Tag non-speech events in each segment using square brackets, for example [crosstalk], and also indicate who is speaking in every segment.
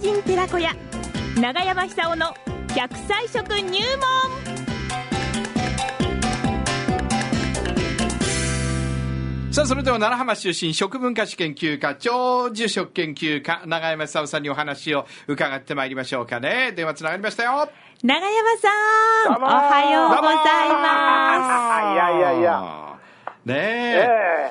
Speaker 1: 人寺子屋長山久夫の100歳食入門
Speaker 2: さあ、それでは奈良浜出身食文化史研究家、長寿食研究家、長山久夫さんにお話を伺ってまいりましょうかね。電話つながりましたよ。
Speaker 1: 長山さん
Speaker 3: どう
Speaker 1: お
Speaker 3: も
Speaker 1: はようございま
Speaker 3: いやいやい
Speaker 2: や。ねえ。
Speaker 3: え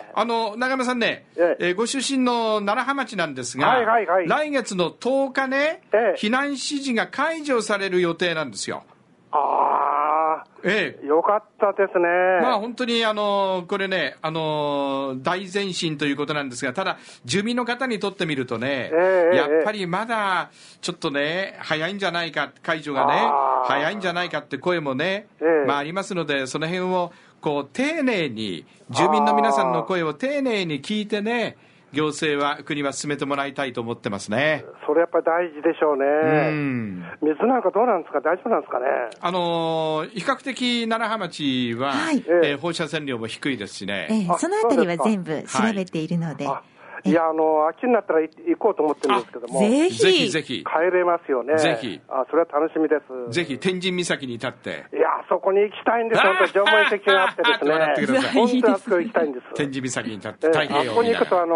Speaker 3: え
Speaker 2: あの、長山さんね、
Speaker 3: ええ
Speaker 2: えーご出身の奈良浜町なんですが、
Speaker 3: はいはいはい
Speaker 2: 来月の10日ね、
Speaker 3: ええ
Speaker 2: 避難指示が解除される予定なんですよ。
Speaker 3: あ
Speaker 2: ええ
Speaker 3: あ、よかったですね。
Speaker 2: まあ本当にあのこれね、あの大前進ということなんですが、ただ、住民の方にとってみるとね、
Speaker 3: ええ
Speaker 2: やっぱりまだちょっとね、早いんじゃないか、解除がね
Speaker 3: あ、ー
Speaker 2: 早いんじゃないかって声もね、
Speaker 3: ええ
Speaker 2: まあ、ありますので、その辺をこう丁寧に、住民の皆さんの声を丁寧に聞いてね、行政は、国は進めてもらいたいと思ってますね。
Speaker 3: それやっぱり大事でしょう
Speaker 2: う
Speaker 3: ね。
Speaker 2: ん
Speaker 3: 水なんかどうなんですか大丈夫なんですかね
Speaker 2: あのー比較的奈良浜町は、
Speaker 1: はい
Speaker 2: えー放射線量も低いですしね、
Speaker 1: す、ええ
Speaker 3: あ
Speaker 1: そのあたりは
Speaker 3: そうです
Speaker 1: 全部調べているので、
Speaker 3: あ、いや、あの、秋になったらい行こうと思ってるんですけども。
Speaker 1: ぜひ
Speaker 2: ぜひぜひ、
Speaker 3: 帰れますよね。
Speaker 2: ぜひ
Speaker 3: あ、それは楽しみです。
Speaker 2: ぜひ天神岬に立って、
Speaker 3: いや、そこに行きたいんですよ。
Speaker 2: あー
Speaker 3: 本当縄文遺跡があっ
Speaker 2: [laughs]
Speaker 3: てですね。
Speaker 2: 笑ってください
Speaker 3: 本当にあそこ行きたいんです。
Speaker 2: 天神岬に立って、
Speaker 3: ええ
Speaker 2: 太平洋
Speaker 3: あ
Speaker 2: を
Speaker 3: そこに
Speaker 2: 見
Speaker 3: 行
Speaker 2: な
Speaker 3: くと、
Speaker 2: が
Speaker 3: あ
Speaker 2: ら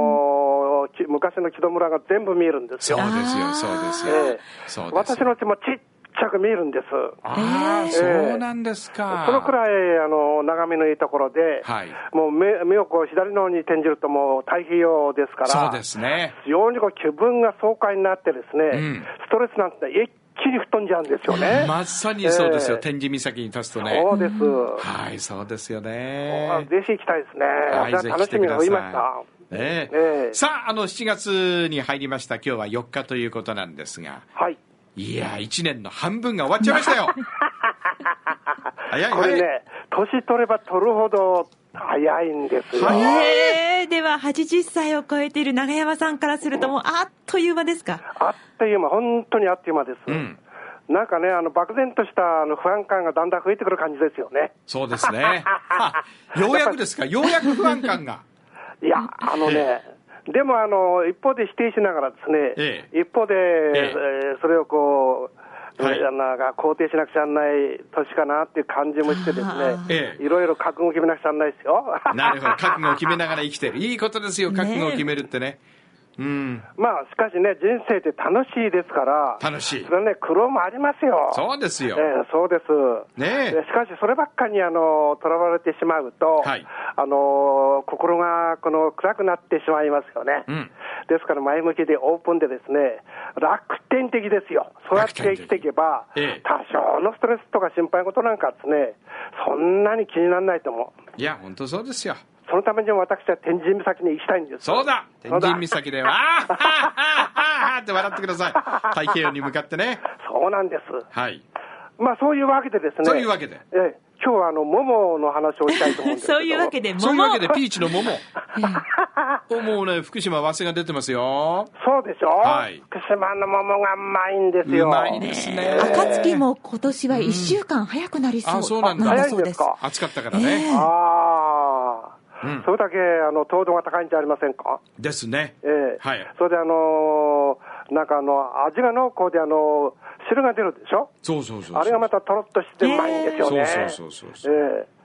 Speaker 3: のーき昔の木戸村が全部見えるんです
Speaker 2: そ
Speaker 3: よ
Speaker 2: う。ですよ、そうですよ、
Speaker 3: ええ
Speaker 2: そうです
Speaker 3: 私の家もちっちゃく見えるんです。
Speaker 2: ああ、
Speaker 1: ええ
Speaker 2: そうなんですか、
Speaker 3: そのくらい、あの、眺めのいいところで、
Speaker 2: はい
Speaker 3: もう目目をこう左の方に転じるともう太平洋ですから、
Speaker 2: そうですね、
Speaker 3: 非常にこう気分が爽快になってですね、
Speaker 2: うん
Speaker 3: ストレスなんて一気に吹っ飛んじゃうんですよね。
Speaker 2: まさにそうですよ、
Speaker 3: ええ
Speaker 2: 天神岬に立つとね、
Speaker 3: そうです。
Speaker 2: はい、そうですよ
Speaker 3: あ
Speaker 2: ね。
Speaker 3: ぜひ行きたいですね。
Speaker 2: はい、
Speaker 3: じ
Speaker 2: ぜ
Speaker 3: ゃあ
Speaker 2: ひ
Speaker 3: 楽
Speaker 2: 来
Speaker 3: してみ
Speaker 2: く
Speaker 3: が
Speaker 2: ださ
Speaker 3: 増
Speaker 2: い
Speaker 3: えました。。
Speaker 2: ね
Speaker 3: ええ
Speaker 2: さあ、あの7月に入りました、今日は4日ということなんですが、
Speaker 3: はい。
Speaker 2: いやー、1年の半分が終わっちゃいました
Speaker 3: [laughs]
Speaker 2: よ。早い
Speaker 3: これ
Speaker 2: 早い。
Speaker 3: ね、年取れば取るほど早いんですよ。
Speaker 2: 早い
Speaker 1: ええでは80歳を超えている長山さんからするともうあっという間ですか
Speaker 3: あっという間、本当にあっという間です。
Speaker 2: うん
Speaker 3: なんかね、あの漠然としたあの不安感がだんだん増えてくる感じですよね。
Speaker 2: そうですね。あようやくですか、ようやく不安感
Speaker 3: [laughs]
Speaker 2: が。
Speaker 3: いや、あのね、 [laughs] でもあの一方で否定しながらですね、
Speaker 2: え
Speaker 3: 一方で、
Speaker 2: え
Speaker 3: えーそれをこう、
Speaker 2: はい
Speaker 3: なんか肯定しなくちゃならない年かなっていう感じもしてです
Speaker 1: あ
Speaker 3: ね
Speaker 2: ー、ええ
Speaker 3: いろいろ覚悟決めなくちゃならないですよ。
Speaker 2: なるほど、覚悟を決めながら生きてる。いいことですよ、覚悟を決めるってね。うん、
Speaker 3: [laughs] まあしかしね、人生って楽しいですから、
Speaker 2: 楽しい
Speaker 3: そ。れはね、苦労もありますよ。
Speaker 2: そうですよ。
Speaker 3: ええそうです。
Speaker 2: ねえ
Speaker 3: でしかし、そればっかりにあの囚われてしまうと、
Speaker 2: はい
Speaker 3: あの心がこの暗くなってしまいますよね。
Speaker 2: うん
Speaker 3: ですから、前向きでオープンでですね、楽天的ですよ。そうやって生きていけば、
Speaker 2: 楽天的ええ
Speaker 3: 多少のストレスとか心配事なんかですね、そんなに気にならないと思う。
Speaker 2: いや、本当そうですよ。
Speaker 3: そのためにも私は天神岬に行きたいんです。
Speaker 2: そうだ天
Speaker 3: そうだ
Speaker 2: 神岬では、
Speaker 3: [laughs]
Speaker 2: あーはーはーはーって笑ってください。太平洋に向かってね。
Speaker 3: そうなんです。
Speaker 2: はい。
Speaker 3: まあ、そういうわけでですね。
Speaker 2: そういうわけで。
Speaker 3: ええ今日はあの、桃の話をしたいと思うんですけど
Speaker 1: [laughs] そういうわけで
Speaker 2: そういうわけ
Speaker 3: [laughs]
Speaker 2: で、
Speaker 1: 桃
Speaker 2: ピーチの桃。おもうね、福島、早稲が出てますよ。
Speaker 3: そうでしょ、
Speaker 2: はい
Speaker 3: 福島の桃がうまいんです
Speaker 2: う
Speaker 3: よ。
Speaker 2: まいですね。
Speaker 1: 暁も今年は1週間早くなりそう、
Speaker 2: あそうなんだ
Speaker 1: だそうです
Speaker 3: 早いんですか
Speaker 2: 暑かったからね。
Speaker 1: ええ
Speaker 3: ああ、
Speaker 2: うん
Speaker 3: それだけあの糖度が高いんじゃありませんか、
Speaker 2: ですね。
Speaker 3: ええ
Speaker 2: はい。
Speaker 3: それであのーなんかあの味が濃厚であの汁が出るでしょ
Speaker 2: そうそうそうそう。
Speaker 3: あれがまたとろっとしてうまいんですよね、
Speaker 2: そうそうそうそう
Speaker 3: ええ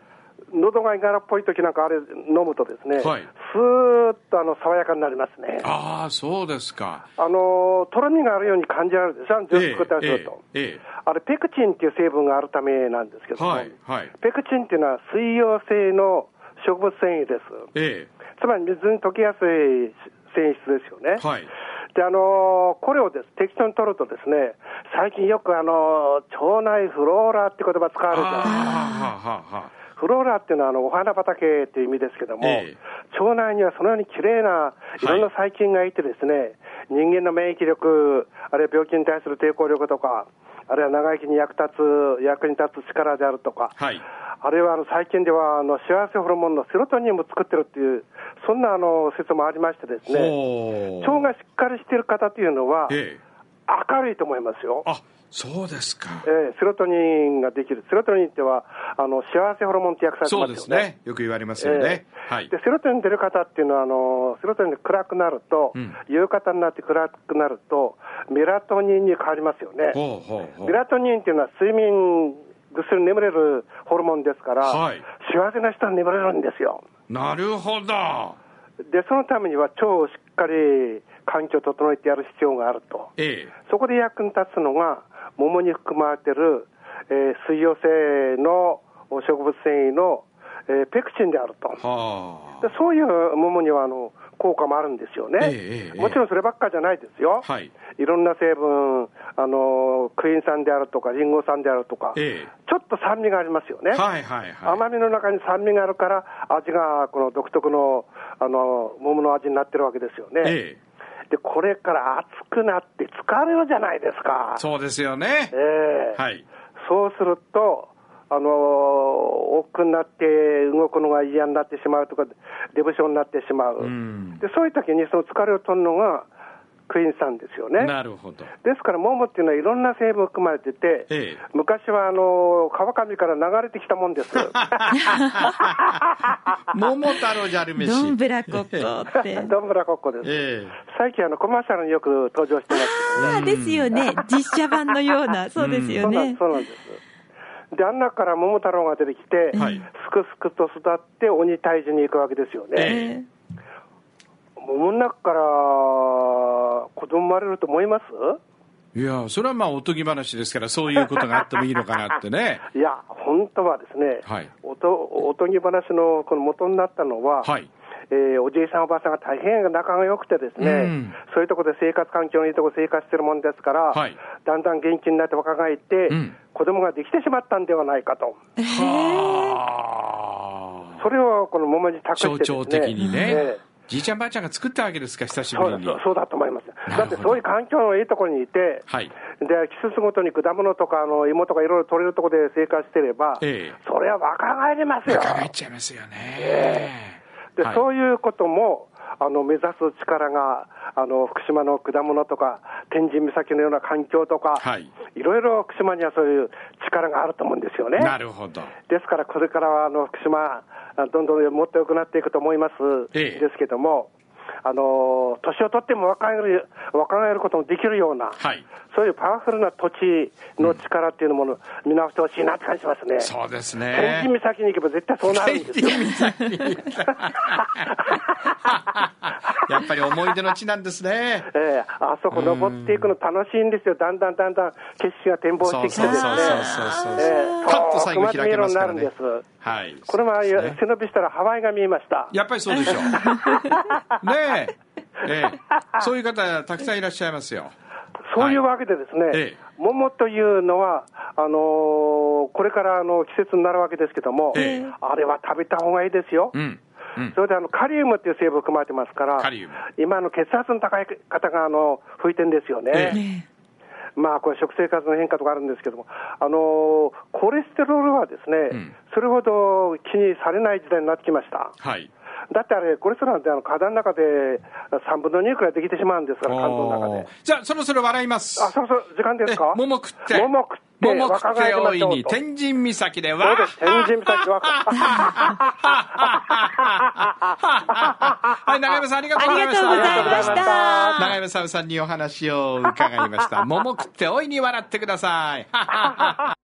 Speaker 3: 喉がいがらっぽい時なんかあれ飲むとですね、
Speaker 2: はい
Speaker 3: スーッとあの爽やかになりますねあ
Speaker 2: ああ、そうですか。
Speaker 3: のーとろみがあるように感じられるでしょジュース作ったりすると、
Speaker 2: ええええ
Speaker 3: あれペクチンっていう成分があるためなんですけども、
Speaker 2: はい、はい。
Speaker 3: ペクチンっていうのは水溶性の植物繊維です。
Speaker 2: ええ
Speaker 3: つまり水に溶けやすい繊維質ですよね。
Speaker 2: はい。
Speaker 3: で、あのーこれをです適当に取るとですね、最近よくあのー腸内フローラって言葉使わ
Speaker 2: ああ、
Speaker 3: れてます
Speaker 2: はあ、はあ。
Speaker 3: フローラっていうのはあのお花畑っていう意味ですけども、
Speaker 2: ええ
Speaker 3: 腸内にはそのように綺麗ないろんな細菌がいてですね、人間の免疫力、あるいは病気に対する抵抗力とか、あるいは長生きに役立つ、役に立つ力であるとか、
Speaker 2: はい。
Speaker 3: あるいはあの最近ではあの幸せホルモンのセロトニンも作ってるっていう、そんなあの説もありましてですね、
Speaker 2: ほう。
Speaker 3: 腸がしっかりしている方というのは、
Speaker 2: ええ
Speaker 3: 明るいと思いますよ。
Speaker 2: あそうですか、
Speaker 3: えーセロトニンができる。セロトニンっては、あの、幸せホルモンって訳されて
Speaker 2: そう
Speaker 3: ま
Speaker 2: です
Speaker 3: すよね。
Speaker 2: ね、よく言われますよね、
Speaker 3: ええ
Speaker 2: はい
Speaker 3: で、セロトニン出る方っていうのは、あの、セロトニンで暗くなると、
Speaker 2: うん
Speaker 3: 夕方になって暗くなると、メラトニンに変わりますよね。
Speaker 2: ほうほうほう
Speaker 3: メラトニンっていうのは睡眠、ぐっすり眠れるホルモンですから、
Speaker 2: はい
Speaker 3: 幸せな人は眠れるんですよ。
Speaker 2: なるほど、
Speaker 3: で、そのためには腸をしっかり環境を整えてやる必要があると。
Speaker 2: ええ、
Speaker 3: そこで役に立つのが、桃に含まれてる、えー水溶性のお植物繊維の、えーペクチンであると。
Speaker 2: はあ
Speaker 3: でそういう桃にはあの効果もあるんですよね、
Speaker 2: ええええ
Speaker 3: もちろんそればっかじゃないですよ。
Speaker 2: はい
Speaker 3: いろんな成分、あのクイーン酸であるとか、リンゴ酸であるとか、
Speaker 2: ええ
Speaker 3: ちょっと酸味がありますよね。
Speaker 2: はいはいはい
Speaker 3: 甘みの中に酸味があるから、味がこの独特のあの桃の味になってるわけですよね、
Speaker 2: ええ
Speaker 3: でこれから暑くなって疲れるじゃないですか、
Speaker 2: そうですよね
Speaker 3: え、え
Speaker 2: はい
Speaker 3: そうすると、あの億劫になって動くのが嫌になってしまうとか、デブ症になってしまう、
Speaker 2: うん
Speaker 3: でそういう時にその疲れを取るのがクイーン酸ですよね。
Speaker 2: なるほど
Speaker 3: ですから、モモっていうのはいろんな成分含まれてて、
Speaker 2: ええ
Speaker 3: 昔はあの川上から流れてきたもんです。
Speaker 2: [laughs] 桃太郎じゃるめし
Speaker 1: どんぶらこっこって。
Speaker 3: [laughs] どんぶらこっこです。
Speaker 2: え
Speaker 3: 最近あのコマーシャルによく登場してます
Speaker 1: ああ、ですよね。実写版のような、そうです
Speaker 3: け
Speaker 1: よ
Speaker 3: ど、
Speaker 1: ね。
Speaker 3: そうなんです、そうなんです。で、あん中から桃太郎が出てきて、
Speaker 2: はい
Speaker 3: すくすくと育って鬼退治に行くわけですよね。
Speaker 1: え
Speaker 3: 桃の中から子供生まれると思います
Speaker 2: えいやそれはまあおとぎ話ですからそういうことがあってもいいのかなってね
Speaker 3: いや、本当はですね、
Speaker 2: はい
Speaker 3: おとおとぎ話のこの元になったのは、
Speaker 2: はい
Speaker 3: えーおじいさん、おばあさんが大変仲が良くてですね、
Speaker 2: うん
Speaker 3: そういうとこで生活環境のいいとこ生活してるもんですから、
Speaker 2: はい
Speaker 3: だんだん元気になって若返って、
Speaker 2: うん
Speaker 3: 子供ができてしまったんではないかと、
Speaker 2: はあ
Speaker 3: それをこの桃に託して
Speaker 2: 象
Speaker 3: です、ね、
Speaker 2: 徴的にね、
Speaker 3: ええ
Speaker 2: じいちゃんばあちゃんが作ったわけですか久し
Speaker 3: そ
Speaker 2: ぶ
Speaker 3: う
Speaker 2: りに
Speaker 3: だそうそうだと思います。
Speaker 2: ほど
Speaker 3: だってそういう環境のいいところにいて、
Speaker 2: はい
Speaker 3: で季節ごとに果物とかあの芋とかいろいろ取れるところで生活してれば、
Speaker 2: ええ
Speaker 3: それは若返りますよ。
Speaker 2: 考えちゃいますよね、
Speaker 3: で、
Speaker 2: はい
Speaker 3: そういうこともあの目指す力があの福島の果物とか天神岬のような環境とか、
Speaker 2: はい
Speaker 3: ろいろ福島にはそういう力があると思うんですよね。
Speaker 2: なるほど
Speaker 3: ですからこれからはあの福島あどんどんもっと良くなっていくと思います、
Speaker 2: ええ
Speaker 3: ですけども。あの年を取っても若返る若返ることもできるような、
Speaker 2: はい
Speaker 3: そういうパワフルな土地の力っていうのもの見直してほしいなって感じしますね。
Speaker 2: そうです
Speaker 3: 天
Speaker 2: ね
Speaker 3: 神岬に行けば絶対そうなるん
Speaker 2: [laughs]
Speaker 3: ですよ。
Speaker 2: やっぱり思い出の地なんですね
Speaker 3: ええあそこ登っていくの楽しいんですよ、だんだんだんだん景色が展望してきてですね、
Speaker 2: そうそうそうそうそう
Speaker 3: ええ
Speaker 2: パッと最後
Speaker 3: 遠くま
Speaker 2: 開
Speaker 3: で見え
Speaker 2: け
Speaker 3: る
Speaker 2: ま
Speaker 3: ように
Speaker 2: す
Speaker 3: な
Speaker 2: から
Speaker 3: るんで
Speaker 2: ね
Speaker 3: す、
Speaker 2: はい
Speaker 3: これは、
Speaker 2: そうですね
Speaker 3: 背伸びしたらハワイが見えました、
Speaker 2: やっぱりそうでし
Speaker 3: [laughs]
Speaker 2: ょうねえええそういう方たくさんいらっしゃいますよ
Speaker 3: そういうわけでですね、
Speaker 2: ええ
Speaker 3: 桃というのは、あのーこれからあの季節になるわけですけども、
Speaker 2: ええ
Speaker 3: あれは食べた方がいいですよ。
Speaker 2: うんうん
Speaker 3: それであのカリウムっていう成分含まれてますから
Speaker 2: カリウム、
Speaker 3: 今、あの血圧の高い方があの吹いてるんですよね、
Speaker 2: ええ
Speaker 1: えね
Speaker 3: まあ、これ、食生活の変化とかあるんですけども、あのーコレステロールはですね、
Speaker 2: うん
Speaker 3: それほど気にされない時代になってきました。
Speaker 2: はい
Speaker 3: だってあれ、コレステロールなんてあの体の中で3分の2くらいできてしまうんですから、肝臓の中
Speaker 2: おー
Speaker 3: で。
Speaker 2: じゃあそろそろ笑います
Speaker 3: あ、そうそう、時間ですか
Speaker 2: え桃食って
Speaker 3: 桃食って、
Speaker 2: 桃食
Speaker 3: 若
Speaker 2: っ
Speaker 3: 返
Speaker 2: て
Speaker 3: りま
Speaker 2: 大
Speaker 3: し
Speaker 2: い
Speaker 3: ょう
Speaker 2: に
Speaker 3: と。
Speaker 2: 天神岬で
Speaker 3: そう
Speaker 2: は
Speaker 3: です、天神岬若
Speaker 2: [laughs] はい中山さんありがとうございました
Speaker 1: ありがとうございました
Speaker 2: 長山さんさんにお話を伺いました。桃食って大いに笑ってください。